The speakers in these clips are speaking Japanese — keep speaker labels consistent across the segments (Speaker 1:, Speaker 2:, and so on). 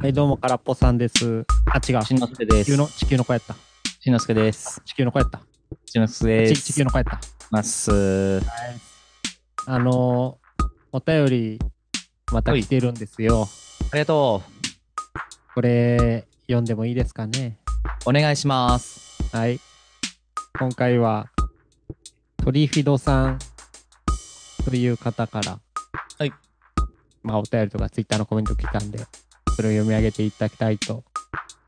Speaker 1: はい、どうも、空っぽさんです。あ、違う。
Speaker 2: しんのすけで
Speaker 1: 地
Speaker 2: す
Speaker 1: 球。の、地球の子やった。
Speaker 2: しんのすけです。
Speaker 1: 地球の子やった。
Speaker 2: しんのすけで
Speaker 1: ち
Speaker 2: す。
Speaker 1: 地球の子やった。
Speaker 2: ます。
Speaker 1: あのー、お便り、また来てるんですよ。
Speaker 2: ありがとう。
Speaker 1: これ、読んでもいいですかね。
Speaker 2: お願いします。
Speaker 1: はい。今回は、トリフィドさんという方から、
Speaker 2: はい。
Speaker 1: まあ、お便りとかツイッターのコメント来たんで、それを読み上げていただきたいと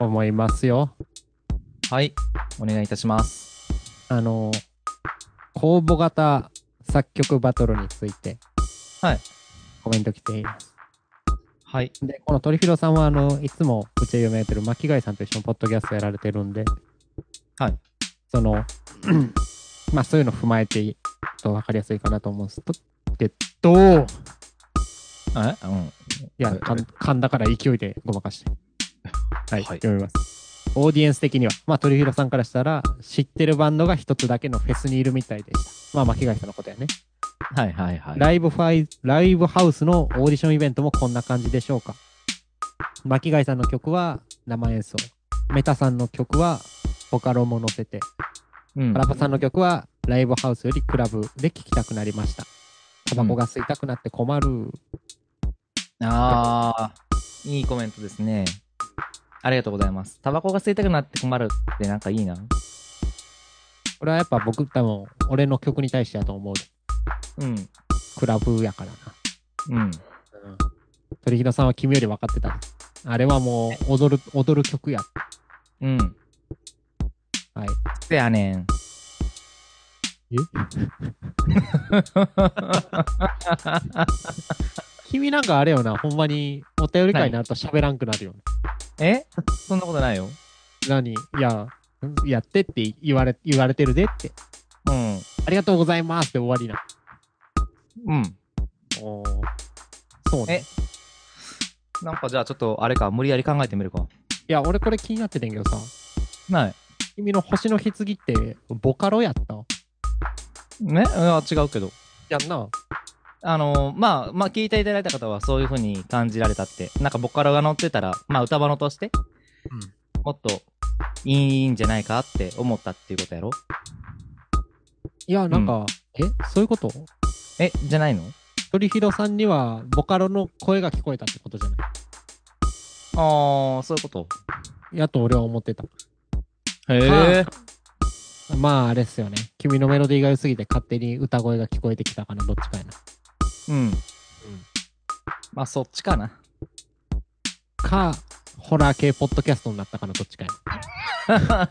Speaker 1: 思いますよ。
Speaker 2: はい。お願いいたします。
Speaker 1: あの、公募型作曲バトルについて、
Speaker 2: はい。
Speaker 1: コメント来ています。
Speaker 2: はい。
Speaker 1: で、この鳥広さんは、あの、いつもうちで読み上げてる巻貝さんと一緒にポッドキャストやられてるんで、
Speaker 2: はい。
Speaker 1: その、 まあ、そういうの踏まえていいと分かりやすいかなと思うんですと。で、どう
Speaker 2: えうん。
Speaker 1: いや、かん噛んだから勢いでごまかして。はい、
Speaker 2: はい
Speaker 1: 読みます。オーディエンス的には、まあ、鳥広さんからしたら、知ってるバンドが一つだけのフェスにいるみたいでした。まあ、巻貝さんのことやね。
Speaker 2: はいはいはい。
Speaker 1: ライブファイ、ライブハウスのオーディションイベントもこんな感じでしょうか。巻貝さんの曲は生演奏。メタさんの曲はボカロも乗せて。
Speaker 2: うん
Speaker 1: パラパさんの曲はライブハウスよりクラブで聴きたくなりました。タバコが吸いたくなって困る。
Speaker 2: あー、いいコメントですね。ありがとうございます。タバコが吸いたくなって困るってなんかいいな。
Speaker 1: これはやっぱ僕多分俺の曲に対してだと思う。
Speaker 2: うん。
Speaker 1: クラブやからな。
Speaker 2: うん。
Speaker 1: うん、鳥木田さんは君より分かってた。あれはもう踊る、踊る曲や。
Speaker 2: うん。
Speaker 1: はい。
Speaker 2: せやねん。
Speaker 1: え君なんかあれよな、ほんまにお便り会になると喋らんくなるよね。
Speaker 2: えそんなことないよ。
Speaker 1: 何いや、やってって言われ、言われてるでって。
Speaker 2: うん。
Speaker 1: ありがとうございますって終わりな。
Speaker 2: うん。
Speaker 1: おーそうね。
Speaker 2: なんかじゃあちょっとあれか、無理やり考えてみるか。
Speaker 1: いや、俺これ気になっててんけどさ、
Speaker 2: ない。
Speaker 1: 君の星の棺ってボカロやった
Speaker 2: ねいや違うけど。
Speaker 1: やんな。
Speaker 2: あのまあ、まあ、聞いていただいた方はそういう風に感じられたって、なんかボカロが載ってたら、まあ、歌バノとして、もっといいんじゃないかって思ったっていうことやろ
Speaker 1: いや、なんか、えそういうこと
Speaker 2: え、じゃないの
Speaker 1: 鳥広さんにはボカロの声が聞こえたってことじゃな
Speaker 2: ああ、そういうこと。
Speaker 1: いやと俺は思ってた。
Speaker 2: へえ。
Speaker 1: まあ、あれっすよね。君のメロディーが良すぎて勝手に歌声が聞こえてきたかな、どっちかやな。
Speaker 2: うん。まあ、そっちかな。
Speaker 1: か、ホラー系ポッドキャストになったかな、どっちかやな。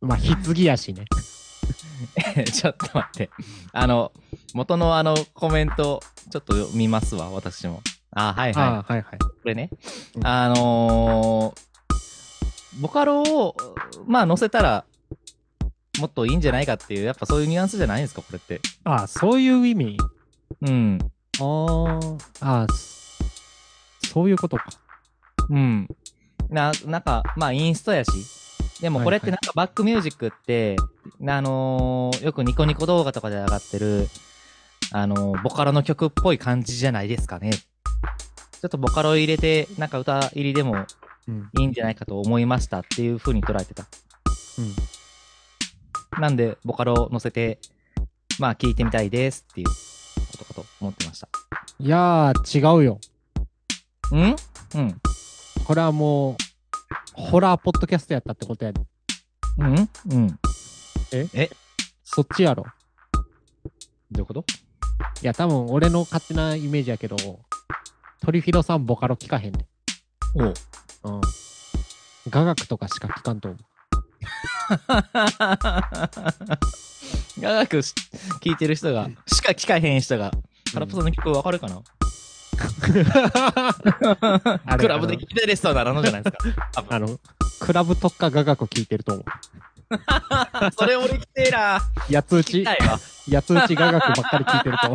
Speaker 1: まあ、棺やしね。
Speaker 2: ちょっと待って。あの、元のあのコメント、ちょっと見ますわ、私も。あ、はいはい。
Speaker 1: ああ、はいはい。
Speaker 2: これね
Speaker 1: う、ん
Speaker 2: あのーボカロを、まあ、載せたら、もっといいんじゃないかっていう、やっぱそういうニュアンスじゃないんですか、これって。
Speaker 1: ああ、そういう意味。
Speaker 2: うん。
Speaker 1: あーああ、そそういうことか。
Speaker 2: うん。な、なんか、まあ、インストやし。でも、これって
Speaker 1: はい
Speaker 2: なんか、バックミュージックって、あのーよくニコニコ動画とかで上がってる、あのーボカロの曲っぽい感じじゃないですかね。ちょっとボカロ入れて、なんか歌入りでも
Speaker 1: うん。
Speaker 2: いいんじゃないかと思いましたっていう風に捉えてた。
Speaker 1: うん。
Speaker 2: なんで、ボカロを乗せて、まあ、聞いてみたいですっていうことかと思ってました。
Speaker 1: いやー、違うよ。
Speaker 2: んうん。
Speaker 1: これはもう、ホラーポッドキャストやったってことやで。
Speaker 2: うんうん。ど
Speaker 1: そっちやろ。
Speaker 2: ういうこと
Speaker 1: いや、多分俺の勝手なイメージやけど、鳥広さんボカロ聞かへんね。
Speaker 2: おう。
Speaker 1: うん。雅楽とかしか聞かんと 思う。
Speaker 2: 長くし聞いてる人が、しか聞かへん人が、カラプソの曲わかるかな、
Speaker 1: あれ
Speaker 2: クラブで聞きたいレストランなのじゃないですか。
Speaker 1: あの、クラブ特化雅楽聞いてると思う。
Speaker 2: あ それ俺聞きてえな。
Speaker 1: 八つ打
Speaker 2: 聞き
Speaker 1: ち
Speaker 2: た、いわ。
Speaker 1: 八つ打ち雅楽ばっかり聞いてると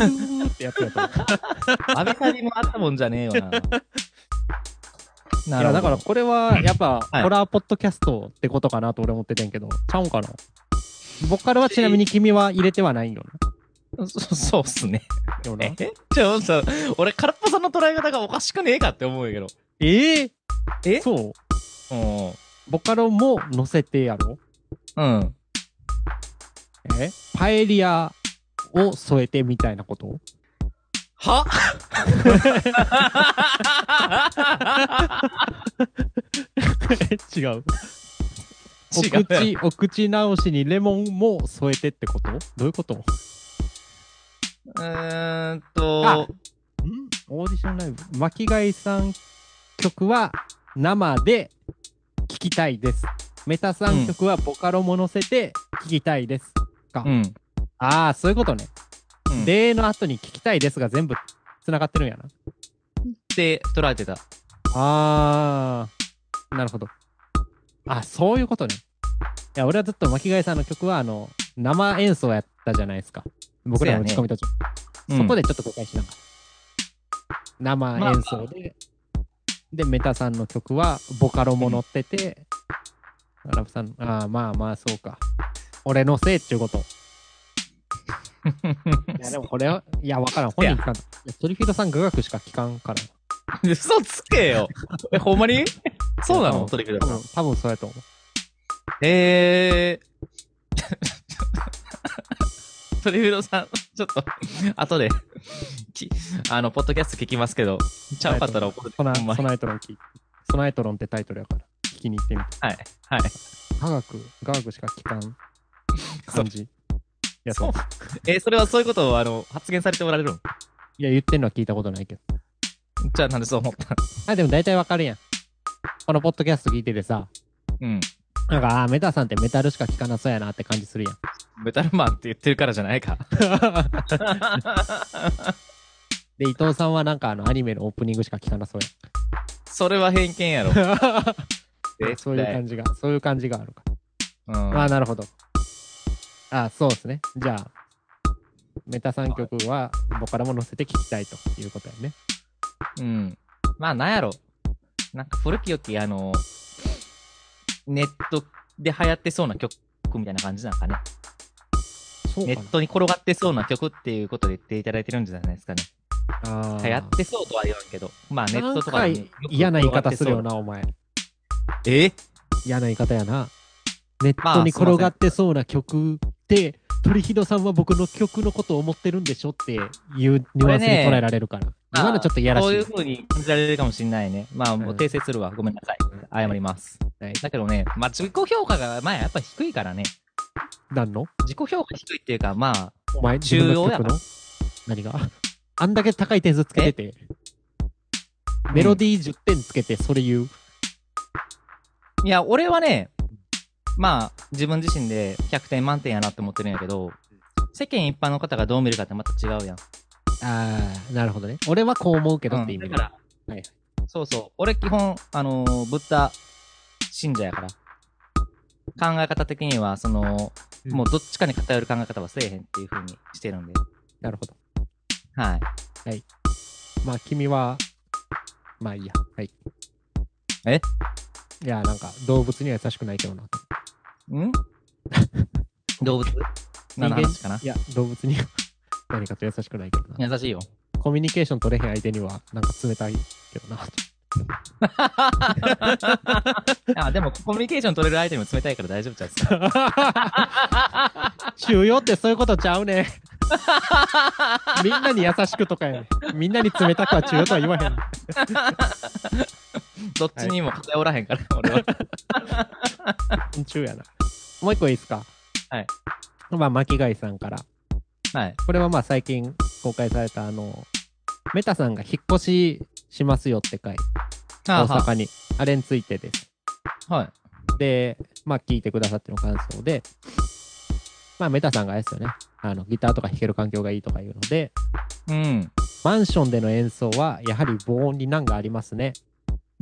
Speaker 1: 思う。ってやつ やと思う。
Speaker 2: 安倍さんにもあったもんじゃねえよな。ない
Speaker 1: や、だから
Speaker 2: ほど
Speaker 1: これはやっぱ、
Speaker 2: はい
Speaker 1: ホラーポッドキャストってことかなと俺思っててんけど、ちゃうんかな。ボカロはちなみに君は入れてはないんよ
Speaker 2: そ そうっすね。
Speaker 1: どうな
Speaker 2: え ちょ、ちょ、俺、空っぽさんの捉え方がおかしくねえかって思うんやけど。
Speaker 1: ええ
Speaker 2: え
Speaker 1: そう
Speaker 2: うん。
Speaker 1: ボカロも乗せてやろ
Speaker 2: うん。
Speaker 1: えパエリアを添えてみたいなこと
Speaker 2: は
Speaker 1: 違う。お
Speaker 2: 違う
Speaker 1: 口、お口直しにレモンも添えてってことどういうこと
Speaker 2: うー
Speaker 1: あ
Speaker 2: んと、
Speaker 1: オーディションライブ。巻貝さん曲は生で聴きたいです。メタさん曲はボカロも乗せて聴きたいです。
Speaker 2: うん。
Speaker 1: ああ、そういうことね。
Speaker 2: うん
Speaker 1: での後に聴きたいですが全部繋がってるんやな。
Speaker 2: って捉えてた。
Speaker 1: あー、なるほど。あ、そういうことね。いや、俺はずっと巻貝さんの曲は、あの、生演奏やったじゃないですか。僕らの打ち込みたち。
Speaker 2: うん
Speaker 1: そこでちょっと誤解しながら。生演奏で、で、メタさんの曲はボカロも乗ってて、ラブさん、ああ、まあまあ、そうか。俺のせいっていうこと。いや、でもこれは、いや、わからん。本人聞かん。いやトリフィードさん雅楽しか聞かんから。
Speaker 2: 嘘つけよ。え、ほんまに そうなの
Speaker 1: 多分
Speaker 2: トリフィー
Speaker 1: 多
Speaker 2: ドさ
Speaker 1: 分、多
Speaker 2: ん
Speaker 1: 分そうやと思う。
Speaker 2: えー。 トリフィードさん、ちょっと、 後で、きあの、ポッドキャスト聞きますけど、ちゃうかったら怒るで。
Speaker 1: ソナ
Speaker 2: ほんまに
Speaker 1: ソナエトロン聞いソナエトロンってタイトルやから、聞きに行ってみて。
Speaker 2: はい。はい。
Speaker 1: 雅楽、雅楽しか聞かん感じ。いや、
Speaker 2: そ
Speaker 1: そう
Speaker 2: う。えーそれはそういうことを、あの、発言されておられるの
Speaker 1: いや、言ってんのは聞いたことないけど。
Speaker 2: じゃあなんでそう思った
Speaker 1: あ、でも大体わかるやん。このポッドキャスト聞いててさ、
Speaker 2: うん。
Speaker 1: なんか、あーメタさんってメタルしか聞かなそうやなって感じするやん。
Speaker 2: メタルマンって言ってるからじ ゃないか。
Speaker 1: で、伊藤さんはなんかあの、アニメのオープニングしか聞かなそう
Speaker 2: それは偏見 やろ。
Speaker 1: やん。
Speaker 2: 絶対
Speaker 1: そういう感じが、そういう感じがあるか。
Speaker 2: う
Speaker 1: ああ、
Speaker 2: ん。
Speaker 1: なるほど。ああ、そうですね。じゃあ、メタ3曲は僕からも載せて聞きたいということやね。
Speaker 2: うん。まあ、なんやろ。なんか古き良き、あの、ネットで流行ってそうな曲みたいな感じなんかね。
Speaker 1: そう
Speaker 2: ネットに転がってそうな曲っていうことで言っていただいてるんじゃないですかね。
Speaker 1: あー
Speaker 2: 流行ってそうとは言わんけど。まあ、ネットとか
Speaker 1: なん
Speaker 2: に
Speaker 1: か
Speaker 2: よく
Speaker 1: 嫌な言い方するよ
Speaker 2: 転
Speaker 1: な、
Speaker 2: がっ
Speaker 1: お前。
Speaker 2: てそうな。え
Speaker 1: 嫌な言い方やな。ネットに転がってそうな曲で、鳥ひどさんは僕の曲のことを思ってるんでしょっていうニュアンスに捉えられるから。
Speaker 2: まあ
Speaker 1: 今のちょっと嫌らしい。
Speaker 2: そういう風に感じられるかもしれないね。まあ、もう
Speaker 1: うん
Speaker 2: 訂正するわ。ごめんなさい。謝ります。
Speaker 1: はい
Speaker 2: だけどね、まあ、自己評価が、まあ、やっぱ低いからね。
Speaker 1: なんの
Speaker 2: 自己評価低いっていうか、まあ、
Speaker 1: お前、
Speaker 2: 中央
Speaker 1: 自分の曲の何があんだけ高い点数つけてて、メロディー10点つけて、それ言う。
Speaker 2: いや、俺はね、まあ、自分自身で100点満点やなって思ってるんやけど、世間一般の方がどう見るかってまた違うやん。
Speaker 1: ああ、なるほどね。俺はこう思うけどって意
Speaker 2: うん
Speaker 1: 味
Speaker 2: だから、
Speaker 1: はい
Speaker 2: そうそう。俺基本、あのー、ブッダ信者やから。考え方的には、その、
Speaker 1: うん
Speaker 2: もうどっちかに偏る考え方はせえへんっていう風にしてるんで。
Speaker 1: なるほど。
Speaker 2: はい。
Speaker 1: まあ、君は、まあいいや。はい。
Speaker 2: え
Speaker 1: いや、なんか、動物には優しくないけどな。
Speaker 2: ん動物
Speaker 1: 人間
Speaker 2: 何の話かない
Speaker 1: や、動物には何かと優しくないけどな。
Speaker 2: 優しいよ。
Speaker 1: コミュニケーション取れへん相手には、なんか冷たいけど な。
Speaker 2: あ、でもコミュニケーション取れる相手にも冷たいから大丈夫ちゃうっすか
Speaker 1: 収容ってそういうことちゃう ね。みんなに優しくとかやね。みんなに冷たくは中容とは言わへん。
Speaker 2: どっちにも偏らへんから、俺は。
Speaker 1: 中やな。もう一個いいですか
Speaker 2: はい。
Speaker 1: まあ、巻貝さんから。
Speaker 2: はい。
Speaker 1: これはまあ最近公開されたあの、メタさんが引っ越ししますよって回、大阪に。あれについてです。
Speaker 2: はい。
Speaker 1: で、まあ聞いてくださっての感想で、まあメタさんがあれですよね。あの、ギターとか弾ける環境がいいとか言うので、
Speaker 2: うん。
Speaker 1: マンションでの演奏はやはり防音に難がありますね。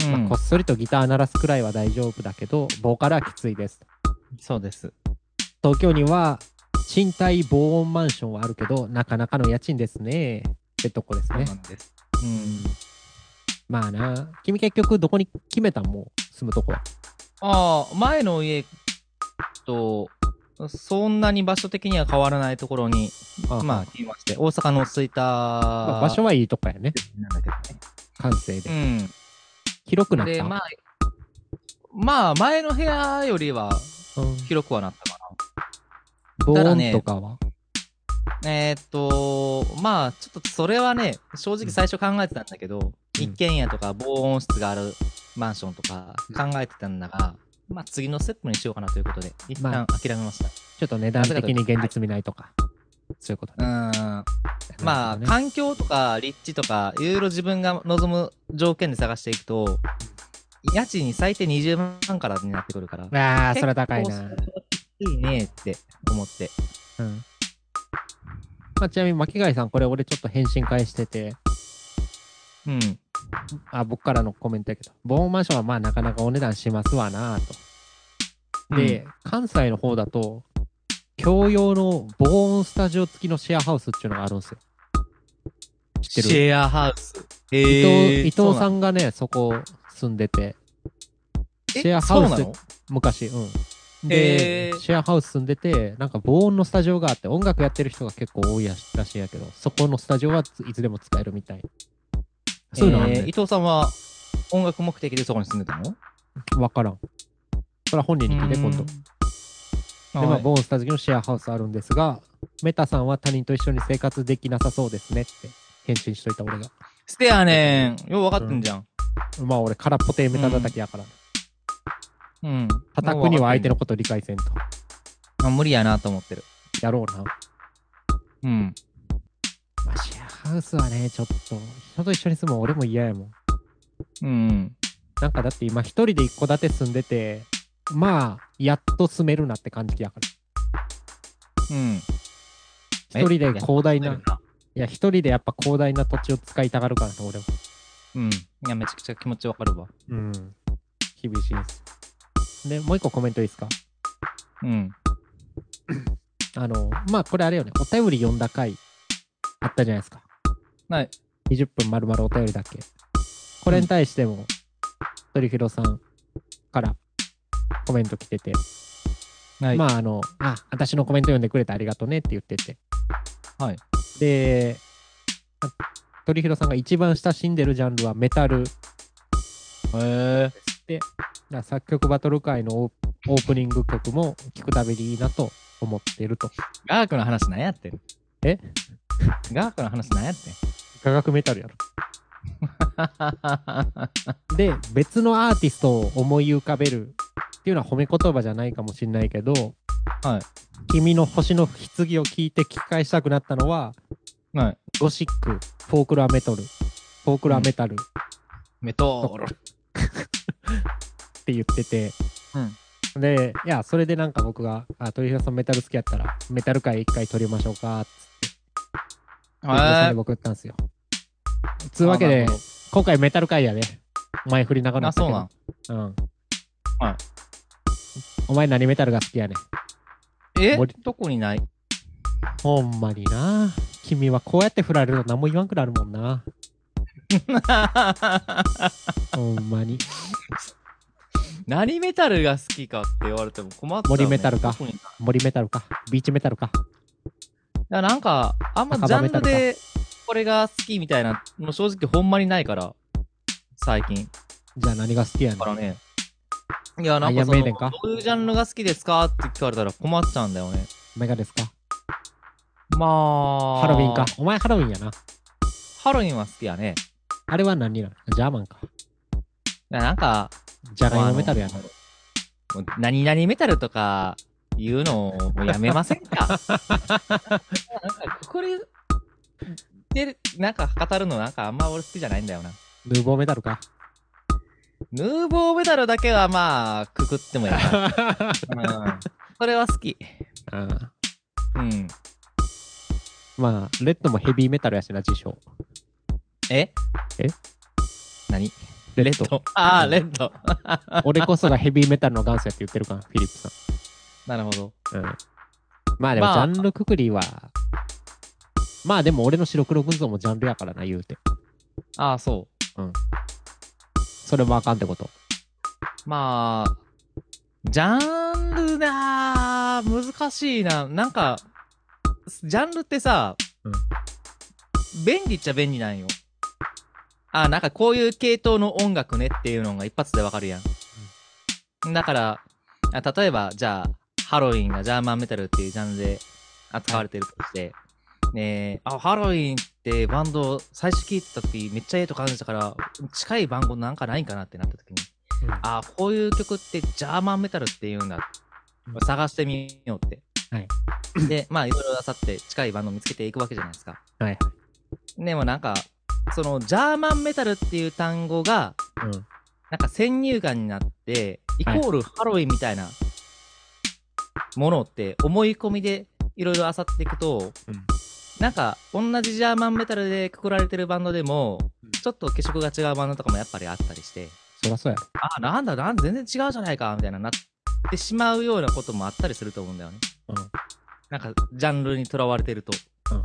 Speaker 2: う
Speaker 1: まあ
Speaker 2: ん
Speaker 1: こっ。そりとギター鳴らすくらいは大丈夫だけど、ボーカルはきついです。
Speaker 2: そうです。
Speaker 1: 東京には賃貸防音マンションはあるけど、なかなかの家賃ですね。ってとこです
Speaker 2: そう
Speaker 1: ね
Speaker 2: な。んです。うん。
Speaker 1: まあな、君結局どこに決めたんもう住むとこは。
Speaker 2: ああ、前の家と、そんなに場所的には変わらないところに、
Speaker 1: あ
Speaker 2: まあ、来まして、大阪の吹田
Speaker 1: まあ場所はいいとこやね。
Speaker 2: なんだけどね。
Speaker 1: 完成で。
Speaker 2: うん。
Speaker 1: 広くなっ
Speaker 2: で、
Speaker 1: た。
Speaker 2: まあ、まあ、前の部屋よりは
Speaker 1: うん
Speaker 2: 広くはなったか
Speaker 1: 防
Speaker 2: ただ
Speaker 1: 音
Speaker 2: ね
Speaker 1: とかは。
Speaker 2: な。えーっと、まあ、ちょっとそれはね、正直最初考えてたんだけど、
Speaker 1: うん
Speaker 2: 一軒家とか防音室があるマンションとか考えてたんだが、まあ、次のステップにしようかなということで、一
Speaker 1: ま
Speaker 2: 旦
Speaker 1: あ
Speaker 2: 諦めました。
Speaker 1: ちょっと値段的に現実見ないとか。そういうことね。
Speaker 2: うん。ま
Speaker 1: な
Speaker 2: あ、
Speaker 1: るほどね
Speaker 2: 環境とか立地とか、いろいろ自分が望む条件で探していくと、家賃に最低20万からになってくるから。
Speaker 1: ああ、それは高いな
Speaker 2: 結。構いいねって思って。
Speaker 1: うん。まあ、ちなみに巻貝さん、これ俺ちょっと返信返してて、
Speaker 2: うん。
Speaker 1: あ、僕からのコメントやけど、ボーンマンションはまあなかなかお値段しますわなぁと。で、関西の方だと、共用の防音スタジオ付きのシェアハウスっていうのがあるんですよ。知って
Speaker 2: シ
Speaker 1: る
Speaker 2: ェアハウス。え
Speaker 1: 伊
Speaker 2: ー
Speaker 1: 藤伊藤さ
Speaker 2: ん、
Speaker 1: んがね、そこ住んでて、
Speaker 2: え
Speaker 1: シェアハウス
Speaker 2: そうなの
Speaker 1: 昔、うん。で、
Speaker 2: へー
Speaker 1: シェアハウス住んでて、なんか防音のスタジオがあって、音楽やってる人が結構多いらしらしいんやけど、そこのスタジオはいつでも使えるみたい。そういうのあん
Speaker 2: え
Speaker 1: ね
Speaker 2: ー伊藤さんは音楽目的でそこに住んでたの
Speaker 1: ん。わからん。それは本人に聞いて、今度。で、まあ、
Speaker 2: はい
Speaker 1: ボーンスタジオのシェアハウスあるんですが、メタさんは他人と一緒に生活できなさそうですねって返信しといた俺が。
Speaker 2: せやねん。よう分かってんじゃん。
Speaker 1: まあ俺、空っぽてメタ叩きやから、
Speaker 2: うん。
Speaker 1: 叩くには相手
Speaker 2: の。
Speaker 1: のこと理解せんと。
Speaker 2: あ無理やなと思ってる。
Speaker 1: やろうな。
Speaker 2: うん。
Speaker 1: まあ、シェアハウスはね、ちょっと、人と一緒に住むの俺も嫌やもん。
Speaker 2: うん。
Speaker 1: なんかだって今一人で一戸建て住んでて、まあ、やっと住めるなって感じやから。
Speaker 2: うん。え
Speaker 1: 一人で広大な、
Speaker 2: や
Speaker 1: いや、一人でやっぱ広大な土地を使いたがるからね、俺は。
Speaker 2: うん。いや、めちゃくちゃ気持ちわかるわ。
Speaker 1: うん。厳しいです。で、もう一個コメントいいですか
Speaker 2: うん。
Speaker 1: あの、まあ、これあれよね、お便り読んだ回あったじゃないですか。
Speaker 2: はい。
Speaker 1: 20分丸々お便りだっけ。これに対しても、トリフィロさんからコメント来てて、
Speaker 2: はい。
Speaker 1: まあ、あの、あ、私のコメント読んでくれてありがとうねって言ってて。
Speaker 2: はい。
Speaker 1: で、あトリフィロさんが一番親しんでるジャンルはメタル
Speaker 2: へえ。
Speaker 1: で、な作曲バトル界のオーオープニング曲も聴くたびにいいなと思ってると。
Speaker 2: ガークの話なんやってん
Speaker 1: え
Speaker 2: ガークの話なんや ってん
Speaker 1: 科学メタルやろ。で、別のアーティストを思い浮かべるっていうのは褒め言葉じゃないかもしれないけど、
Speaker 2: はい。
Speaker 1: 君の星の棺を聞いて聞き返したくなったのは、
Speaker 2: はい。
Speaker 1: ゴシック、フォークロアメトル、フォークロアメタルっ
Speaker 2: メトール。
Speaker 1: て言ってて、で、いや、それでなんか僕が、あ、鳥平さんメタル好きやったら、メタル界一回取りましょうか、つって、鳥平さんに僕言ったんですよ。つうわけ
Speaker 2: あな
Speaker 1: で
Speaker 2: るほど、
Speaker 1: 今回メタル界やで、前振り長な
Speaker 2: あ、
Speaker 1: ったけ
Speaker 2: そう
Speaker 1: ど。
Speaker 2: なん。
Speaker 1: うん。
Speaker 2: はい
Speaker 1: お前何メタルが好きやねん。
Speaker 2: え
Speaker 1: 森
Speaker 2: 特 にない。
Speaker 1: ほんまにな。君はこうやって振られると何も言わんくなるもんな。ほんまに。
Speaker 2: 何メタルが好きかって言われても困っちゃう、ね。
Speaker 1: 森メタルか
Speaker 2: 特に
Speaker 1: 森メタルか、ビーチメタルか。
Speaker 2: いや、なんか、あんまジ
Speaker 1: 赤羽
Speaker 2: ャ
Speaker 1: メ
Speaker 2: ン
Speaker 1: タ
Speaker 2: ル
Speaker 1: ルか
Speaker 2: で、これが好きみたいな、もう正直ほんまにないから、最近。
Speaker 1: じゃあ何が好きやねん
Speaker 2: だ。からね。いや、な
Speaker 1: ア
Speaker 2: ん
Speaker 1: イア
Speaker 2: か
Speaker 1: ン
Speaker 2: そ
Speaker 1: メイ
Speaker 2: の、
Speaker 1: デンか
Speaker 2: どういうジャンルが好きですかって聞かれたら困っちゃうんだよね。
Speaker 1: メガですか
Speaker 2: まあ。
Speaker 1: ハロウィンか。。お前ハロウィンやな。
Speaker 2: ハロウィンは好きやね。
Speaker 1: あれは何なのジャーマンか。
Speaker 2: いやなんか、
Speaker 1: ジャガイモメタルやな
Speaker 2: も。う何々メタルとか言うのをもうやめませんかなんか、これ、で、なんか語るのなんかあんま俺好きじゃないんだよな。
Speaker 1: ヌーボーメタルか。
Speaker 2: ヌーボーメタルだけはまあ、くくってもやな。 うん。それは好き。
Speaker 1: うん
Speaker 2: うん。
Speaker 1: まあ、レッドもヘビーメタルやしな、自称。
Speaker 2: え
Speaker 1: え
Speaker 2: 何
Speaker 1: レ
Speaker 2: レッド。ああ、レッド。
Speaker 1: 俺こそがヘビーメタルの元祖やって言ってるから、フィリップさん。
Speaker 2: なるほど。
Speaker 1: うんまあでも、
Speaker 2: まあ
Speaker 1: ジャンルくくりは、まあでも俺の白黒群像もジャンルやからな、言うて。
Speaker 2: ああ、そう。
Speaker 1: それもあかんってこと。
Speaker 2: まあ、ジャンルなー難しいな。なんか、ジャンルってさ、
Speaker 1: うん
Speaker 2: 便利っちゃ便利なんよ。あ、なんかこういう系統の音楽ねっていうのが一発でわかるやん。だから、あ例えば、じゃあ、ハロウィンがジャーマンメタルっていうジャンルで扱われてるとして、ねえ、あ、ハロウィンってバンド最初聴いた時めっちゃええと感じたから、近い番号なんかないんかなってなった時に、
Speaker 1: うん
Speaker 2: あこういう曲ってジャーマンメタルっていうんだ
Speaker 1: うん
Speaker 2: 探してみようって、
Speaker 1: はい
Speaker 2: でまあいろいろあさって近いバンド見つけていくわけじゃないですか
Speaker 1: はいはい。
Speaker 2: でもなんかそのジャーマンメタルっていう単語が
Speaker 1: うん。
Speaker 2: なんか先入観になってイコ
Speaker 1: はい
Speaker 2: ールハロウィンみたいなものって思い込みでいろいろあさっていくと、
Speaker 1: うん
Speaker 2: なんか同じジャーマンメタルでくくられてるバンドでも
Speaker 1: うん
Speaker 2: ちょっと化粧が違うバンドとかもやっぱりあったりして、
Speaker 1: そりゃそうやろ。
Speaker 2: あ、なんだ、なん全然違うじゃないか、みたいななってしまうようなこともあったりすると思うんだよね。
Speaker 1: うん
Speaker 2: なんか、ジャンルにとらわれてると。
Speaker 1: うん
Speaker 2: っ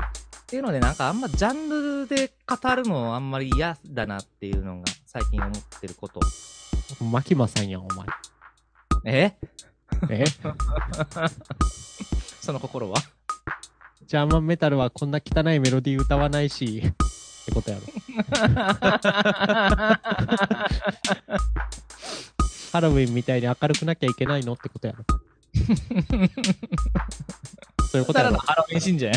Speaker 2: ていうので、なんか、あんまジャンルで語るのあんまり嫌だなっていうのが、最近思ってること。
Speaker 1: 牧間さんやん、お 前。
Speaker 2: え
Speaker 1: え
Speaker 2: その心は
Speaker 1: ジャーマンメタルはこんな汚いメロディー歌わないし、ってことやろ。ハロウィンみたいに明るくなきゃいけないのってことやろ。そういうこと
Speaker 2: た
Speaker 1: や
Speaker 2: だの
Speaker 1: ろ。
Speaker 2: ハロウィン信者や。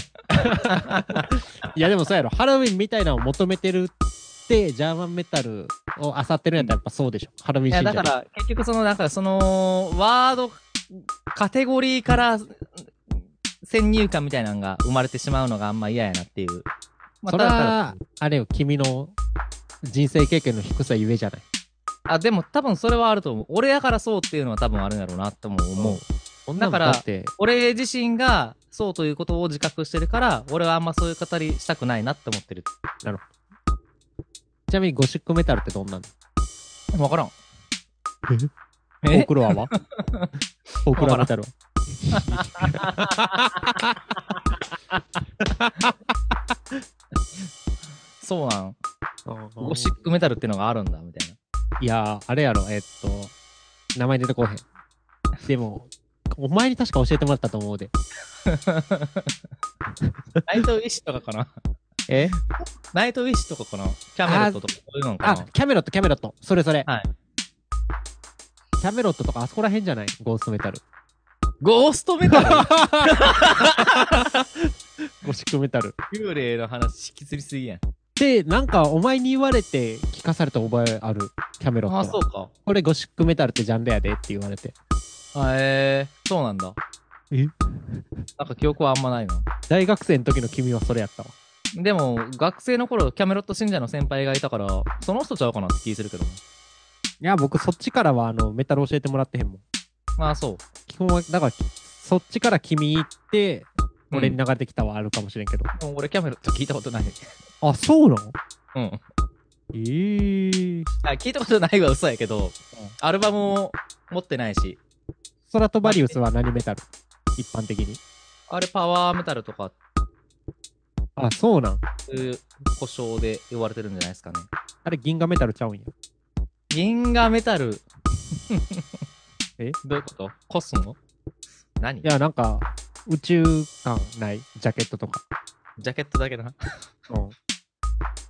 Speaker 1: いやでもそうやろ。ハロウィンみたいなのを求めてるって、ジャーマンメタルを漁ってるんやったらやっぱそうでしょ。ハロウィン
Speaker 2: いや、
Speaker 1: 信者
Speaker 2: だ
Speaker 1: で
Speaker 2: から、結局その、なんか、その、ワード、カテゴリーから、先入観みたいなのが生まれてしまうのがあんま嫌やなっていう。まあ、
Speaker 1: それ
Speaker 2: ただただ
Speaker 1: は、あれよ、君の人生経験の低さゆえじゃない。
Speaker 2: あ、でも多分それはあると思う。俺やからそうっていうのは多分あるんだろうなとも思う。
Speaker 1: そんなの
Speaker 2: だから
Speaker 1: だって、
Speaker 2: 俺自身がそうということを自覚してるから、俺はあんまそういう語りしたくないなって思ってる。
Speaker 1: ちなみにゴシックメタルってどんなの
Speaker 2: わからん。
Speaker 1: フォー
Speaker 2: え
Speaker 1: クロア はフォークロアメタルは
Speaker 2: そうなん。ゴ
Speaker 1: ゴ
Speaker 2: シ
Speaker 1: シッ
Speaker 2: ックメタルってのがあるんだ、みたいな。
Speaker 1: クいやー、あれやろ、えっと、名前出てこうへん。でも、お前に確か教えてもらったと思うで。
Speaker 2: ナイトウィッシュとかかな
Speaker 1: え
Speaker 2: ナイトウィッシュとかかなキャメロットとかそういうのか
Speaker 1: あ
Speaker 2: な、
Speaker 1: キャメロット、キャメロット。それそれ。
Speaker 2: はい
Speaker 1: キャメロットとかあそこらへんじゃないゴーストメタル。
Speaker 2: ゴーストメタル
Speaker 1: ゴシックメタル。
Speaker 2: 幽霊の話引きずりすぎやん。
Speaker 1: で、なんかお前に言われて聞かされた覚えある。キャメロットは。
Speaker 2: あ、そうか。
Speaker 1: これゴシックメタルってジャンルやでって言われて。
Speaker 2: あえー、そうなんだ。
Speaker 1: え
Speaker 2: なんか記憶はあんまないな。
Speaker 1: 大学生の時の君はそれやったわ。
Speaker 2: でも、学生の頃、キャメロット信者の先輩がいたから、その人ちゃうかなって気するけどね。
Speaker 1: いや、僕そっちからはあのメタル教えてもらってへんもん。
Speaker 2: まあ、そう。
Speaker 1: 基本は、だから、そっちから君行って、俺に
Speaker 2: な、
Speaker 1: 流れてきたはあるかもしれんけど。
Speaker 2: もう俺キャメロット聞いたことない。
Speaker 1: あ、そうなの
Speaker 2: うん。
Speaker 1: ええー。
Speaker 2: あ、聞いたことないは嘘やけど、アルバムを持ってないし、
Speaker 1: ソラトバリウスは何メタル一般的に。
Speaker 2: あれパワーメタルとか
Speaker 1: あ、そうなん。
Speaker 2: そういう故障で呼ばれてるんじゃないですかね。
Speaker 1: あれ銀河メタルちゃうんや。
Speaker 2: 銀河メタル。
Speaker 1: え
Speaker 2: どういうことコスモ何
Speaker 1: いや、なんか、宇宙感ないジャケットとか。
Speaker 2: ジャケットだけだな。
Speaker 1: うん。フ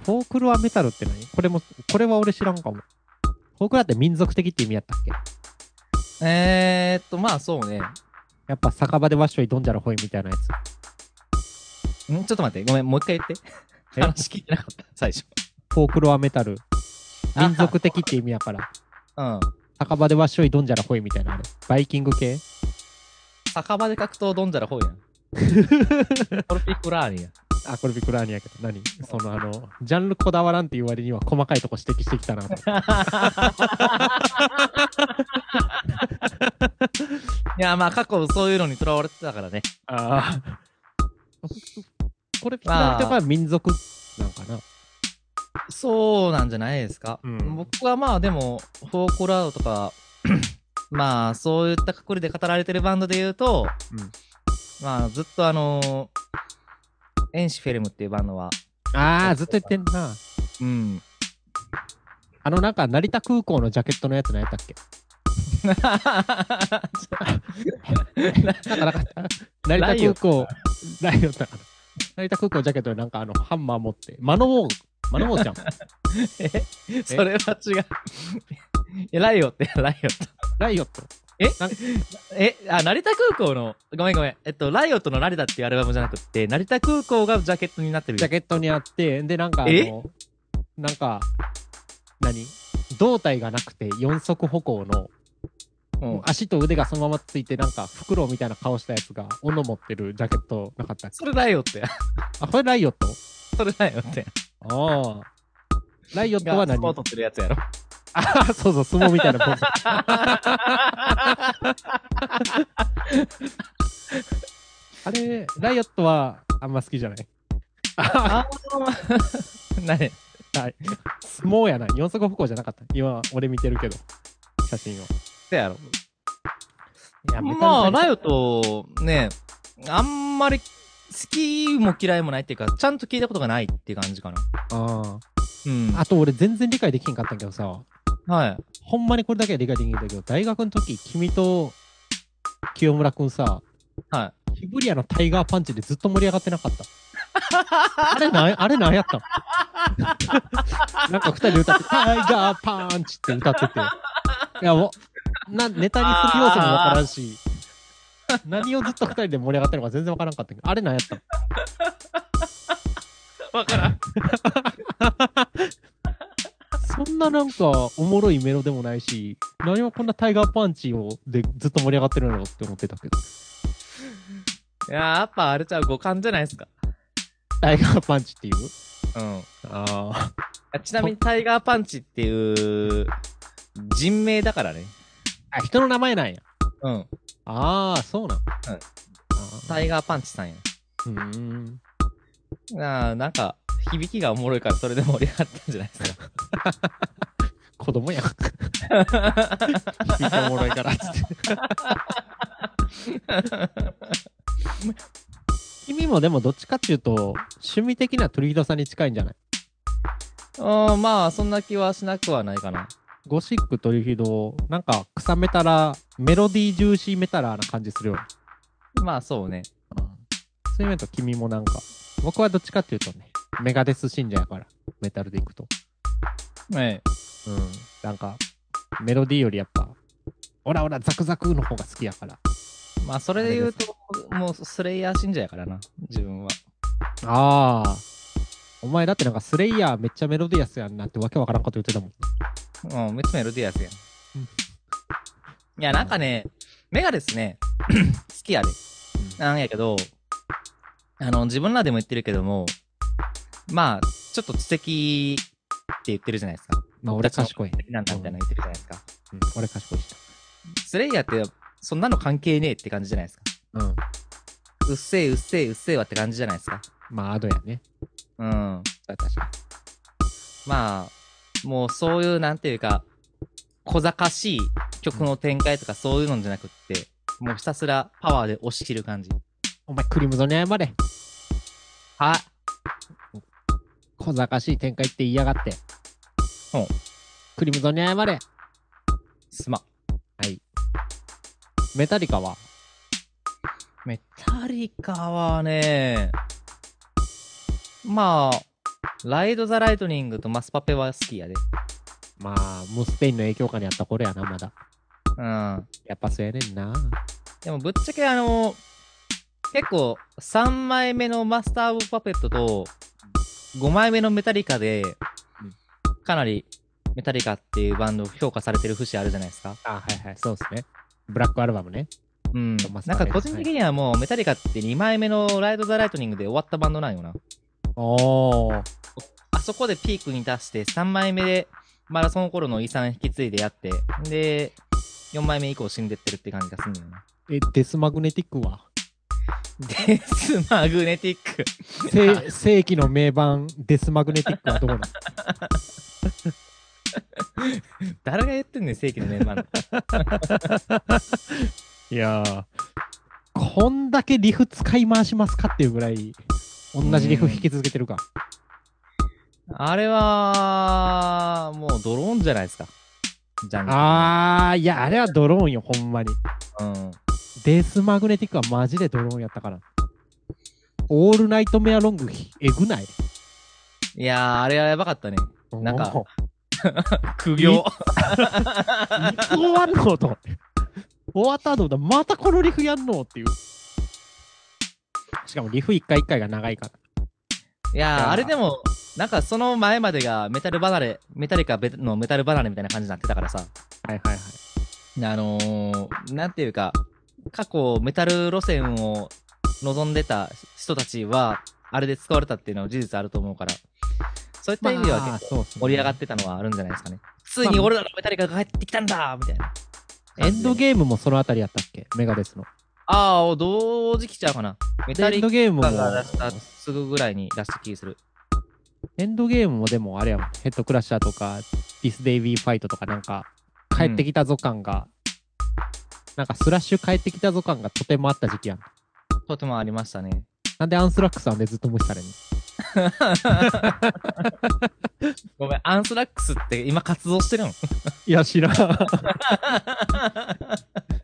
Speaker 1: ォークロアメタルって何これも、これは俺知らんかも。フォークロアって民族的って意味やったっけ
Speaker 2: えーっと、まあそうね。ん
Speaker 1: やっぱ酒場でわっしょいどんじゃらほいみたいなやつ。
Speaker 2: ちょっと待って、ごめん、もう一回言って。
Speaker 1: え
Speaker 2: 話聞いてなかった、最初。
Speaker 1: フォークロアメタル。
Speaker 2: あ
Speaker 1: 民族的って意味やから。
Speaker 2: うん。
Speaker 1: 酒場でわっしょいどんじゃらほいみたいなあれ。バイキング系
Speaker 2: 酒場で格闘どんじゃらほうやん。トルピックラーニや。
Speaker 1: あ、これビクラーニやけど、何そのあの、ジャンルこだわらんっていう割には細かいとこ指摘してきたなと。
Speaker 2: いや、まあ過去そういうのにとらわれてたからね。
Speaker 1: ああ。これビクラーニとかは民族なんかな。
Speaker 2: そうなんじゃないですか。
Speaker 1: うん
Speaker 2: 僕はまあでも、フォークラードとか、 まあそういったくくりで語られてるバンドで言うと、
Speaker 1: うん
Speaker 2: まあずっとあのエンシフェルムっていうバンドは、
Speaker 1: ああ、ずっと言ってんな。
Speaker 2: うん。
Speaker 1: あのなんか成田空港のジャケットのやつ何やったっけなんかなかった。成田空港、ライオンだから。成田空港ジャケットになんかあの、ハンマー持って、マノウォー、マノウォー ちゃん。
Speaker 2: えそれは違う。え、ライオットや、ライオット。
Speaker 1: ライオット。
Speaker 2: え、あ、成田空港の、ごめんごめん。えっと、ライオットの成田っていうアルバムじゃなくって、成田空港がジャケットになってる。
Speaker 1: ジャケットにあって、で、なんかあ
Speaker 2: え
Speaker 1: の、なんか、何胴体がなくて四足歩行の、
Speaker 2: うん
Speaker 1: 足と腕がそのままついて、なんか、フクロウみたいな顔したやつが、斧持ってるジャケットなかったっけ
Speaker 2: それライオットや。
Speaker 1: あ、これライオット
Speaker 2: それライオットや。
Speaker 1: ああ。ライオットは
Speaker 2: が、
Speaker 1: 何
Speaker 2: スポートってるやつやろ。
Speaker 1: あそうそう、相撲みたいなポー ズ。あれ、ライオットはあんま好きじゃない。
Speaker 2: あー 何
Speaker 1: 相撲やな。四足歩行じゃなかった。今、俺見てるけど、写真を。
Speaker 2: そやろ。
Speaker 1: いや
Speaker 2: まあ、ライ
Speaker 1: オ
Speaker 2: オット、ね、あんまり好きも嫌いもないっていうか、ちゃんと聞いたことがないっていう感じかな。
Speaker 1: あ
Speaker 2: うん。
Speaker 1: あと俺全然理解できへんかったんやけどさ、
Speaker 2: はい。
Speaker 1: ほんまにこれだけは理解できへんかったけど、大学の時、君と清村くんさ、
Speaker 2: は
Speaker 1: キブリアのタイガーパンチでずっと盛り上がってなかった。あれな、あれなんや ったのなんか二人で歌って、タイガーパンチって歌ってて。いや、もう、な、ネタにする要素もわからんし、何をずっと二人で盛り上がってるのか全然わからんかったけど、あれなんやったの
Speaker 2: い。わからん。
Speaker 1: そんななんか、おもろいメロでもないし、何をこんなタイガーパンチを、で、ずっと盛り上がってるのって思ってたけど。
Speaker 2: いやー、やっぱあれちゃう、五感じゃないですか。
Speaker 1: タイガーパンチっていう
Speaker 2: うん。
Speaker 1: ああ。
Speaker 2: あちなみにタイガーパンチっていう人名だからね。
Speaker 1: あ、人の名前なんや。
Speaker 2: うん。
Speaker 1: ああ、そうなん。
Speaker 2: は
Speaker 1: あ
Speaker 2: いタイガーパンチさんや。
Speaker 1: ー。うーん。
Speaker 2: なあなんか、響きがおもろいからそれで盛り上がったんじゃないですか。
Speaker 1: 子供やん。響きおもろいからっつって。 君もでもどっちかっていうと、趣味的なトリードさんに近いんじゃない
Speaker 2: うん、まあ、そんな気はしなくはないかな。
Speaker 1: ゴシックトリフィド、なんか草めたら、メロディージューシーメタラーな感じするよね。
Speaker 2: まあ、そうね。
Speaker 1: そういう面と君もなんか、僕はどっちかっていうとね、メガデス信者やから、メタルでいくと。
Speaker 2: はい。
Speaker 1: うん。なんか、メロディーよりやっぱ、オラオラザクザクの方が好きやから。
Speaker 2: まあ、それで言うと、もう、スレイヤー信者やからな、自分は。
Speaker 1: ああ。お前だってなんかスレイヤーめっちゃメロディアスやんなってわけわからんこと言ってたもん。
Speaker 2: うん、めっちゃメロディアスやん。
Speaker 1: うん
Speaker 2: いや、なんかね、メガですね、 好きやで。なんやけど、あの、自分らでも言ってるけども、まあ、ちょっと知的って言ってるじゃないですか。
Speaker 1: まあ俺賢い。
Speaker 2: 知的なんだみたいなの言ってるじゃないですか。
Speaker 1: うん、俺賢いし
Speaker 2: スレイヤーって、そんなの関係ねえって感じじゃないですか。
Speaker 1: な。うん。
Speaker 2: うっせえうっせえうっせえわって感じじゃないですか。
Speaker 1: まあアドやね。
Speaker 2: うん。
Speaker 1: それは確か
Speaker 2: まあ、もうそういう、なんていうか、小賢しい曲の展開とかそういうのじゃなくって、もうひたすらパワーで押し切る感じ。
Speaker 1: お前クリムゾンに謝れ。
Speaker 2: はい。
Speaker 1: 小賢しい展開って言いやがって。
Speaker 2: うん。
Speaker 1: クリムゾンに謝れ。
Speaker 2: すまん。
Speaker 1: メタリカは
Speaker 2: メタリカはね、まあ、ライド・ザ・ライトニングとマスパペは好きやで。
Speaker 1: まあ、ムステインの影響下にあった頃やな、まだ。
Speaker 2: うん。
Speaker 1: やっぱそうやねんな。
Speaker 2: でもぶっちゃけあの、結構3枚目のマスター・オブ・パペットと5枚目のメタリカで、かなりメタリカっていうバンドを評価されてる節あるじゃないですか。
Speaker 1: あ、はいはい、そうですね。ブラックアルバムね。
Speaker 2: うん
Speaker 1: マ。ス
Speaker 2: な
Speaker 1: パ
Speaker 2: ん
Speaker 1: ペ
Speaker 2: か個人的にはもうメタリカって2枚目のライド・ザ・ライトニングで終わったバンドなんよな。
Speaker 1: おー。
Speaker 2: あそこでピークに達して、3枚目で、マラソンの頃の遺産引き継いでやって、で、4枚目以降死んでってるって感じがすんだよな。
Speaker 1: え、デスマグネティックは
Speaker 2: デスマグネティック。
Speaker 1: せ世紀の名盤、デスマグネティックはどうなの
Speaker 2: 誰が言ってんねん、正規のメンバーの。
Speaker 1: いやー、こんだけリフ使い回しますかっていうぐらい、同じリフ弾き続けてるか。
Speaker 2: あれは、もうドローンじゃないですか。ジャンル。
Speaker 1: あー、いや、あれはドローンよ、ほんまに。
Speaker 2: うん。
Speaker 1: デスマグネティックはマジでドローンやったから。オールナイトメアロング、ひえぐない
Speaker 2: いやー、あれはやばかったね。なんか
Speaker 1: も
Speaker 2: 苦行。
Speaker 1: う、いつ終わるのと思って。終わった後だ、またこのリフやんのっていう。しかもリフ一回一回が長いから。
Speaker 2: い
Speaker 1: いや
Speaker 2: や
Speaker 1: ー
Speaker 2: ー、あれでも、なんかその前までがメタル離れ、メタリカベのメタル離れみたいな感じになってたからさ。
Speaker 1: はいはいはい。
Speaker 2: あのー、なんていうか、過去メタル路線を望んでた人たちは、あれで使われたっていうのは事実あると思うから、そういった意味では結構
Speaker 1: そうっすね
Speaker 2: 盛り上がってたのはあるんじゃないですかね。ついに俺らのメタリカが帰ってきたんだみたいな。
Speaker 1: エンド
Speaker 2: ーム
Speaker 1: ゲームもそのあたりやったっけメガデスの。
Speaker 2: ああ、同時期ちゃうかな。メタ
Speaker 1: エ
Speaker 2: リ
Speaker 1: ンド
Speaker 2: カ
Speaker 1: ゲームも、
Speaker 2: が出したすぐぐらいに出した気する。
Speaker 1: エンドゲームもでもあれやもん。ヘッドクラッシャーとか、ディスデイビーファイトとかなんか、帰ってきたぞ感が、なんかスラッシュ帰ってきたぞ感がとてもあった時期やん。
Speaker 2: とてもありましたね。
Speaker 1: なんでアンスラックスはね、ずっと無視されんの
Speaker 2: ごめん、アンスラックスって今活動してるの
Speaker 1: いや、知らん。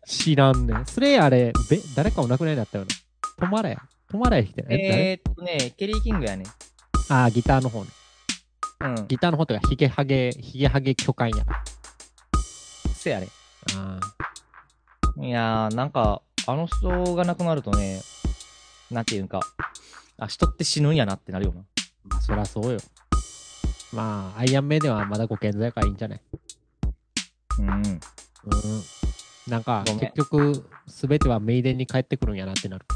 Speaker 1: 知らんねん。それあれ、べ誰かお亡くなりになったよね。止まれ。止まれ。来てえ、誰
Speaker 2: えーっとね、ケリー・キングやね。
Speaker 1: あー、ギターの方ね。
Speaker 2: うん。
Speaker 1: ギターの方とか、ヒゲハゲ、ヒゲハゲ巨漢や。
Speaker 2: せやね。
Speaker 1: あ
Speaker 2: いやー、なんか、あの人が亡くなるとね、なんていうんか、あ、人って死ぬんやなってなるよな。
Speaker 1: ーまあ、そらそうよ。まあ、アイアンメイデンはまだご健在からいいんじゃない
Speaker 2: うん。
Speaker 1: うん。なんか
Speaker 2: ごめん、
Speaker 1: 結局、すべてはメイデンに帰ってくるんやなってなる。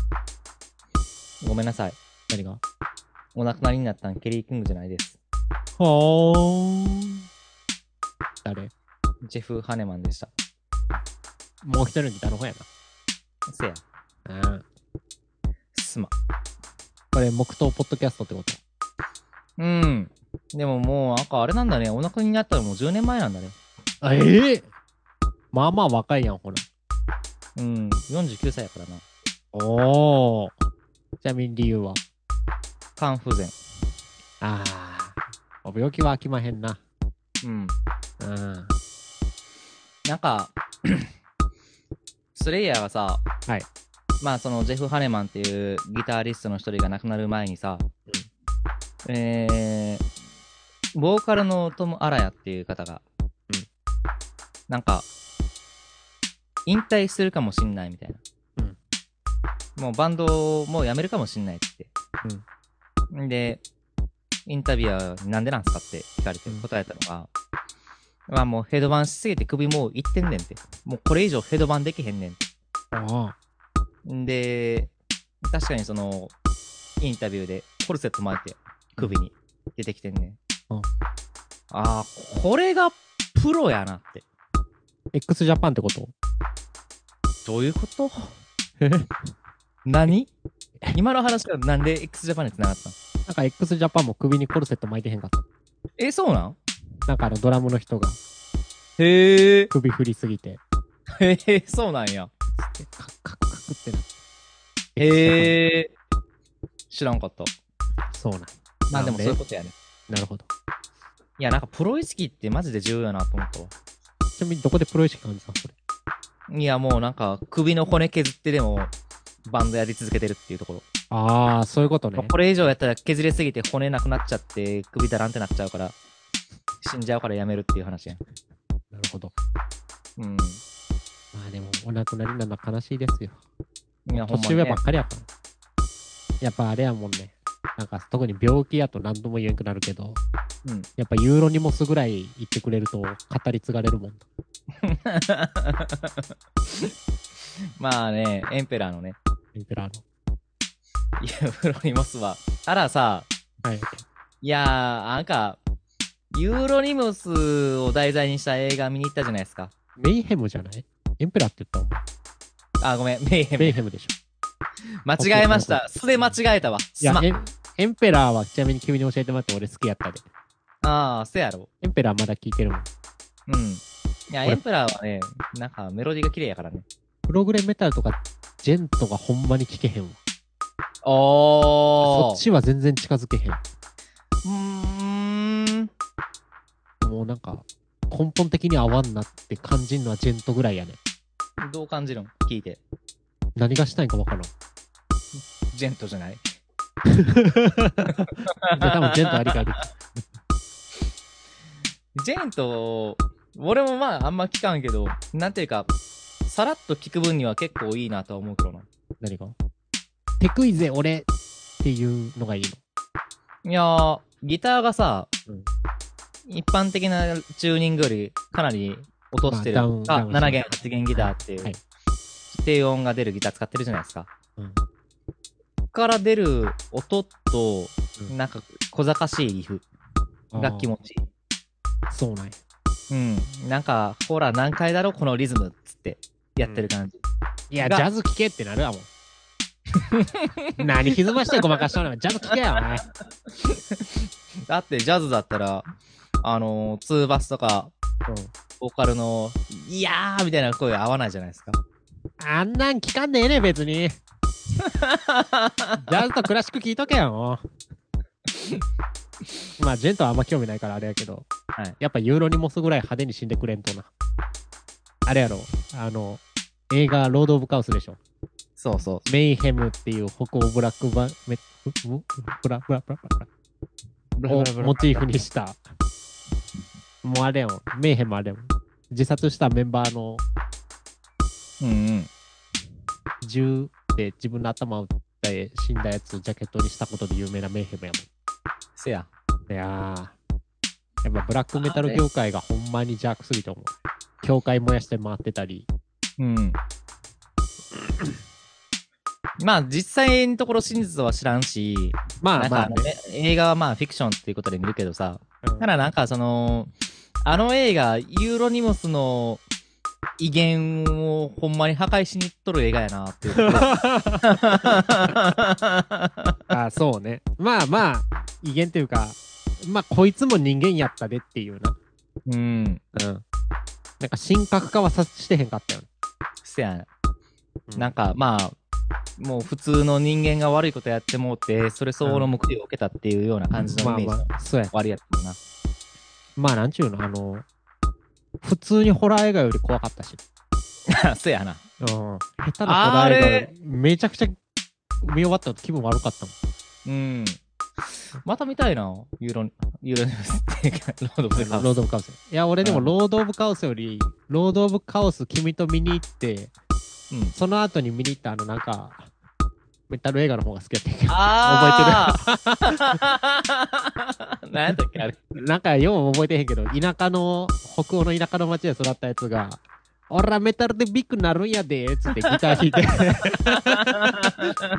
Speaker 2: ごめんなさい。
Speaker 1: 何が
Speaker 2: お亡くなりになったんケリー・キングじゃないです。
Speaker 1: ほーん。誰
Speaker 2: ジェフ・ハネマンでした。
Speaker 1: もう一人のギターの方や
Speaker 2: せや。
Speaker 1: な。うん。
Speaker 2: すま。
Speaker 1: これ、木刀ポッドキャストってこと
Speaker 2: うん。でももう、なんかあれなんだね。お亡くなりになったのもう10年前なんだね。
Speaker 1: あええまあまあ若いやん、ほら。
Speaker 2: うん。49歳やからな。
Speaker 1: おお。ちなみに理由は
Speaker 2: 肝不全。
Speaker 1: ああ。お病気は飽きまへんな。
Speaker 2: うん。
Speaker 1: うん。
Speaker 2: なんか、 スレイヤーがさ、
Speaker 1: はい
Speaker 2: まあそのジェフ・ハネマンっていうギタリストの一人が亡くなる前にさ、えー、ボーカルのトム・アラヤっていう方が、
Speaker 1: うん
Speaker 2: なんか、引退するかもしんないみたいな。もうバンドをもうやめるかもしんないって。んで、インタビュアーになんでなんすかって聞かれて
Speaker 1: うん
Speaker 2: 答えたのが、まあもうヘドバンしすぎて首もういってんねんって。もうこれ以上ヘドバンできへんねんって。
Speaker 1: ああ。
Speaker 2: んで、確かにその、インタビューでコルセット巻いて首に出てきてんねん。
Speaker 1: うん
Speaker 2: ああ、これがプロやなって。
Speaker 1: x ジャパンってこと
Speaker 2: どういうこと
Speaker 1: えなん
Speaker 2: 何今の話がなんで x ジャパンに繋がったの
Speaker 1: か x ジャパンも首にコルセット巻いてへんかっ
Speaker 2: え、そうなん
Speaker 1: た。なんかあのドラムの人が
Speaker 2: へえ。
Speaker 1: 首振りすぎて、
Speaker 2: へ え、そうなんや。
Speaker 1: つってカクカクカクってなって。え。
Speaker 2: へえ。 知らんかった。
Speaker 1: そうなんや。
Speaker 2: まあでも
Speaker 1: な
Speaker 2: そ
Speaker 1: ん
Speaker 2: ういうことやね。
Speaker 1: なるほど。
Speaker 2: いや、なんかプロ意識ってマジで重要やなと思ったわ
Speaker 1: ちなみにどこでプロ意識感じたのそれ。
Speaker 2: いや、もうなんか首の骨削ってでもバンドやり続けてるっていうところ。
Speaker 1: ああ、そういうことね
Speaker 2: もう。これ以上やったら削れすぎて骨なくなっちゃって首だらんってなっちゃうから、死んじゃうからやめるっていう話やん。
Speaker 1: なるほど。
Speaker 2: うん。
Speaker 1: まあでも、お亡くなりになるのは悲しいですよ。
Speaker 2: いや、ほんま
Speaker 1: 年
Speaker 2: に、
Speaker 1: 上ば
Speaker 2: ね
Speaker 1: っ。かりやから。やっぱあれやもんね。なんか特に病気やと何とも言えんくなるけど、
Speaker 2: うん。
Speaker 1: やっぱユーロにもすぐらい言ってくれると語り継がれるもん。
Speaker 2: まあね、エンペラーのね、
Speaker 1: エンペラーの。
Speaker 2: いや、フロニモスは。あらさ、
Speaker 1: はい。
Speaker 2: いやー、なんか、ユーロニムスを題材にした映画見に行ったじゃないですか。
Speaker 1: メイヘムじゃないエンペラーって言ったも
Speaker 2: あ、ごめん、メイヘ
Speaker 1: ん。
Speaker 2: ム
Speaker 1: メイヘムでしょ。
Speaker 2: 間違えました。素で間違えたわ。
Speaker 1: い
Speaker 2: す
Speaker 1: や
Speaker 2: ま、ん。
Speaker 1: エンエンペラーはちなみに君に教えてもらって俺好きやったで。
Speaker 2: ああ、せやろ。
Speaker 1: エンペラーまだ聞いてるもん。
Speaker 2: うん。いや、
Speaker 1: これ
Speaker 2: エンプラーはね、なんかメロディーが綺麗やからね。
Speaker 1: プログレメタルとかジェントがほんまに聞けへんわ。そ
Speaker 2: お
Speaker 1: っちは全然近づけへん。
Speaker 2: うーん。
Speaker 1: もうなんか、根本的に合わんなって感じるのはジェントぐらいやね。
Speaker 2: どう感じるん聞いて。
Speaker 1: 何がしたいんかわからん。じ
Speaker 2: ジェント じゃない
Speaker 1: ゃあ多分ジェントありか できる。
Speaker 2: ジェント、俺もまああんま聞かんけど、なんていうか、さらっと聞く分には結構いいなとは思うけどな。
Speaker 1: 何がテクイぜ俺っていうのがいいの。
Speaker 2: いやー、ギターがさ、
Speaker 1: うん
Speaker 2: 一般的なチューニングよりかなり落としてる。
Speaker 1: まあダウンダウン
Speaker 2: 7弦、8弦ギターっていう、
Speaker 1: はい
Speaker 2: 低音が出るギター使ってるじゃないですか。
Speaker 1: うん
Speaker 2: ここから出る音と、
Speaker 1: うん
Speaker 2: なんか小賢しいリフが気持ちいい。
Speaker 1: あーそうなんや。
Speaker 2: うん。なんか、ほら何回だろ、このリズムっつってやってる感じ。
Speaker 1: いや、ジ
Speaker 2: が
Speaker 1: ャズ聴けってなるわも ん。何歪ましてごまかしたのよ。ジャズ聴けよ、お前。
Speaker 2: だってジャズだったら、あのー、ツーバスとか、ボーカルの、いやーみたいな声合わないじゃないですか。
Speaker 1: あんなん聞かんねえね、別に。ジャズとクラシック聴いとけよ、もう。まあ、ジェントはあんま興味ないからあれやけど、
Speaker 2: はい
Speaker 1: やっぱユーロにモスぐらい派手に死んでくれんとな。あれやろ、あの、映画、ロード・オブ・カオスでしょ。
Speaker 2: そうそう。
Speaker 1: メイヘムっていう北欧ブラックバメ、ブブラブラブラブラをモチーフにした。もうあれよ、メイヘンもあれよ。自殺したメンバーの
Speaker 2: うんうん。
Speaker 1: 銃で自分の頭を撃って死んだやつをジャケットにしたことで有名なメイヘンや
Speaker 2: せや。
Speaker 1: もん。いやー、やっぱブラックメタル業界がほんまに邪悪すぎて思う。教会燃やして回ってたり、
Speaker 2: うん。まあ、実際のところ真実は知らんし、
Speaker 1: ま
Speaker 2: な
Speaker 1: あ
Speaker 2: んか
Speaker 1: ま
Speaker 2: あ
Speaker 1: あ
Speaker 2: の
Speaker 1: ね。
Speaker 2: ね、映画はまあフィクションっていうことで見るけどさ、
Speaker 1: うん
Speaker 2: ただなんかその、あの映画、ユーロニモスの威厳をほんまに破壊しに行っとる映画やなっていうところ。
Speaker 1: あそうね。まあまあ、威厳というか、まあこいつも人間やったでっていうな。
Speaker 2: うん。
Speaker 1: うん。なんか神格化はさしてへんかったよね。
Speaker 2: せやな。
Speaker 1: うん
Speaker 2: なんかまあ、もう普通の人間が悪いことやってもうて、それ相応の目標を受けたっていうような感じのイメージ。
Speaker 1: まあまあ、そうや。
Speaker 2: 割りやったな。
Speaker 1: まあなんちゅうの、あの、普通にホラー映画より怖かったし。
Speaker 2: そうやな。
Speaker 1: うん。下手なホラー
Speaker 2: あ
Speaker 1: 映
Speaker 2: れ
Speaker 1: 画、めちゃくちゃ見終わった後気分悪かったもん。
Speaker 2: うん。また見たいな、ユーロ、ユーロニュースっていうか、 ロードブレカ
Speaker 1: ロード・オブ・カオス。いや、俺でも
Speaker 2: うん
Speaker 1: ロード・オブ・カオスより、ロード・オブ・カオス君と見に行って、
Speaker 2: うん。
Speaker 1: その後に見に行ったあの、なんか、メタル映画の方が好きやったんやけど。
Speaker 2: ああ覚えてる。何やったっけ、あれ。
Speaker 1: なんか、よう覚えてへんけど、田舎の、北欧の田舎の町で育ったやつが、俺らメタルでビッグなるんやでーっつってギター弾い て。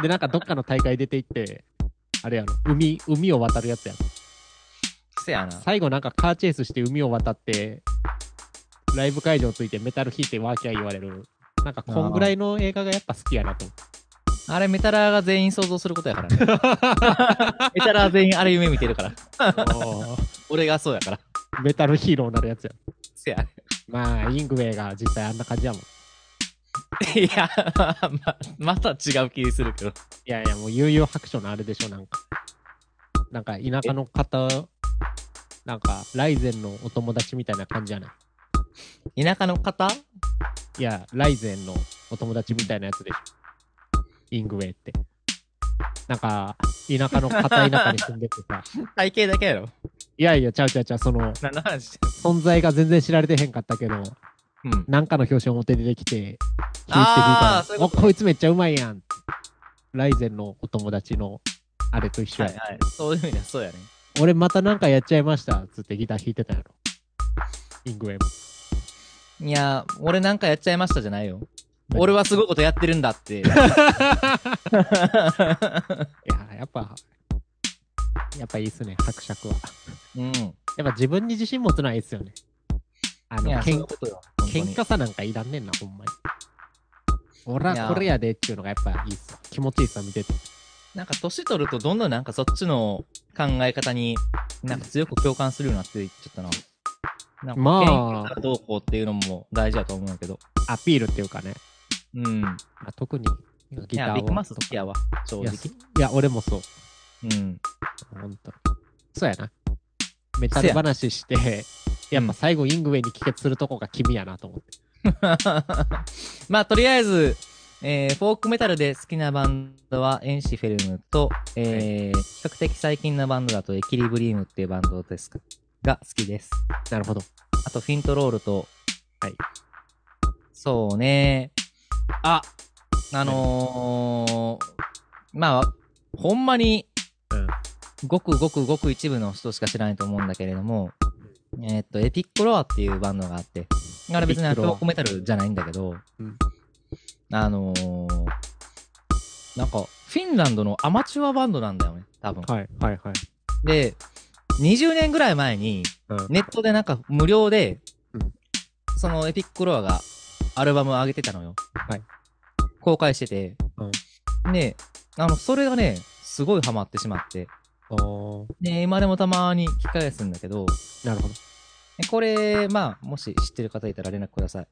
Speaker 1: で、なんかどっかの大会出て行って、あれやろ、海、海を渡るやつやろ。
Speaker 2: せやな。
Speaker 1: 最後なんかカーチェイスして海を渡って、ライブ会場ついてメタル弾いてワーキャー言われる。なんかこんぐらいの映画がやっぱ好きやなと思って。
Speaker 2: あれ、メタラーが全員想像することや からね。メタラー全員あれ夢見てるから。俺がそうやから。
Speaker 1: メタルヒーローになるやつや。
Speaker 2: せや。
Speaker 1: まあ、イングウェイが実際あんな感じやもん。い
Speaker 2: いや、ま、また違う気するけど。
Speaker 1: やいや、もう悠々白書のあれでしょ、なんか。なんか田舎の方、なんかライゼンのお友達みたいな感じやない。
Speaker 2: 田舎の方
Speaker 1: いや、ライゼンのお友達みたいなやつでしょ。イングウェイって。なんか、田舎の片田舎に住んでてさ。
Speaker 2: 体型だけやろ。
Speaker 1: いやいや、ちゃうちゃうちゃう、その、
Speaker 2: 何の話してん
Speaker 1: 存在が全然知られてへんかったけど、
Speaker 2: のうん。
Speaker 1: なんかの表紙表に出てきて、聞いてみ
Speaker 2: あ
Speaker 1: た
Speaker 2: ーそうい
Speaker 1: ら、
Speaker 2: うこ
Speaker 1: お、
Speaker 2: と
Speaker 1: こいつめっちゃうまいやん。ライゼンのお友達の、あれと一緒
Speaker 2: は
Speaker 1: や、
Speaker 2: いはい。そういう意味ではそうやね。
Speaker 1: 俺またなんかやっちゃいました、つってギター弾いてたやろ。イングウェイも。
Speaker 2: いや、俺なんかやっちゃいましたじゃないよ。俺はすごいことやってるん だって。
Speaker 1: いや、やっぱ、やっぱいいっすね、伯爵は。
Speaker 2: うん。
Speaker 1: やっぱ自分に自信持つのはいいっすよね。あ
Speaker 2: い
Speaker 1: の、
Speaker 2: や、そうい
Speaker 1: 喧
Speaker 2: うことよ。
Speaker 1: 喧嘩さなんかいらんねんな、ほんまに。俺
Speaker 2: い
Speaker 1: は
Speaker 2: や
Speaker 1: これやでっていうのがやっぱいいっすよ。気持ちいいっすよ、見てて。
Speaker 2: なんか年取るとどんどんなんかそっちの考え方になんか強く共感するようになっていっちゃったな。なんか
Speaker 1: まあ
Speaker 2: 権威がどうこうっていうのも大事だと思うんやけど。
Speaker 1: アピールっていうかね。
Speaker 2: うん。
Speaker 1: まあ、特にギ
Speaker 2: い
Speaker 1: ター
Speaker 2: や、
Speaker 1: を
Speaker 2: ビッグマウス好きやわ、正
Speaker 1: いや
Speaker 2: 直。
Speaker 1: そいや、俺もそう。
Speaker 2: うん。
Speaker 1: 本当そうやな。メタル話して、やっぱ最後イングウェイに帰結するとこが君やなと思って。
Speaker 2: まあ、とりあえず、えーフォークメタルで好きなバンドはエンシフェルムと、えー比較的最近のバンドだとエキリブリウムっていうバンドですかが好きです。
Speaker 1: なるほど。
Speaker 2: あと、フィントロールと、
Speaker 1: はい。
Speaker 2: そうね。あ、あのー、まあ、ほんまに、
Speaker 1: うん
Speaker 2: ごくごくごく一部の人しか知らないと思うんだけれども、えーっと、エピックロアっていうバンドがあって、あれ別に
Speaker 1: エピック
Speaker 2: フ
Speaker 1: ロア
Speaker 2: ォークメタルじゃないんだけど、
Speaker 1: うん
Speaker 2: あのー、なんか、フィンランドのアマチュアバンドなんだよね、多分。
Speaker 1: はいはいはい。
Speaker 2: で、20年ぐらい前に、
Speaker 1: うん
Speaker 2: ネットでなんか無料で、
Speaker 1: うん
Speaker 2: そのエピックロアがアルバムを上げてたのよ。
Speaker 1: はい
Speaker 2: 公開してて。で、あの、それがね、すごいハマってしまって。
Speaker 1: おー
Speaker 2: で、今でもたまに聞き返すんだけど、
Speaker 1: なるほど。
Speaker 2: でこれ、まあ、もし知ってる方いたら連絡ください。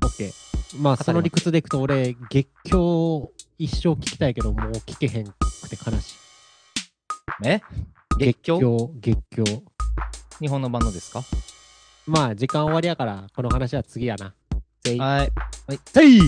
Speaker 1: OK。まあ、その理屈でいくと、俺、月経一生聞きたいけど、もう聞けへんくて悲しい。
Speaker 2: え月経
Speaker 1: 月経。月経
Speaker 2: 日本のバンドですか
Speaker 1: まあ、時間終わりやから、この話は次やな。ぜい。
Speaker 2: はい。
Speaker 1: ぜい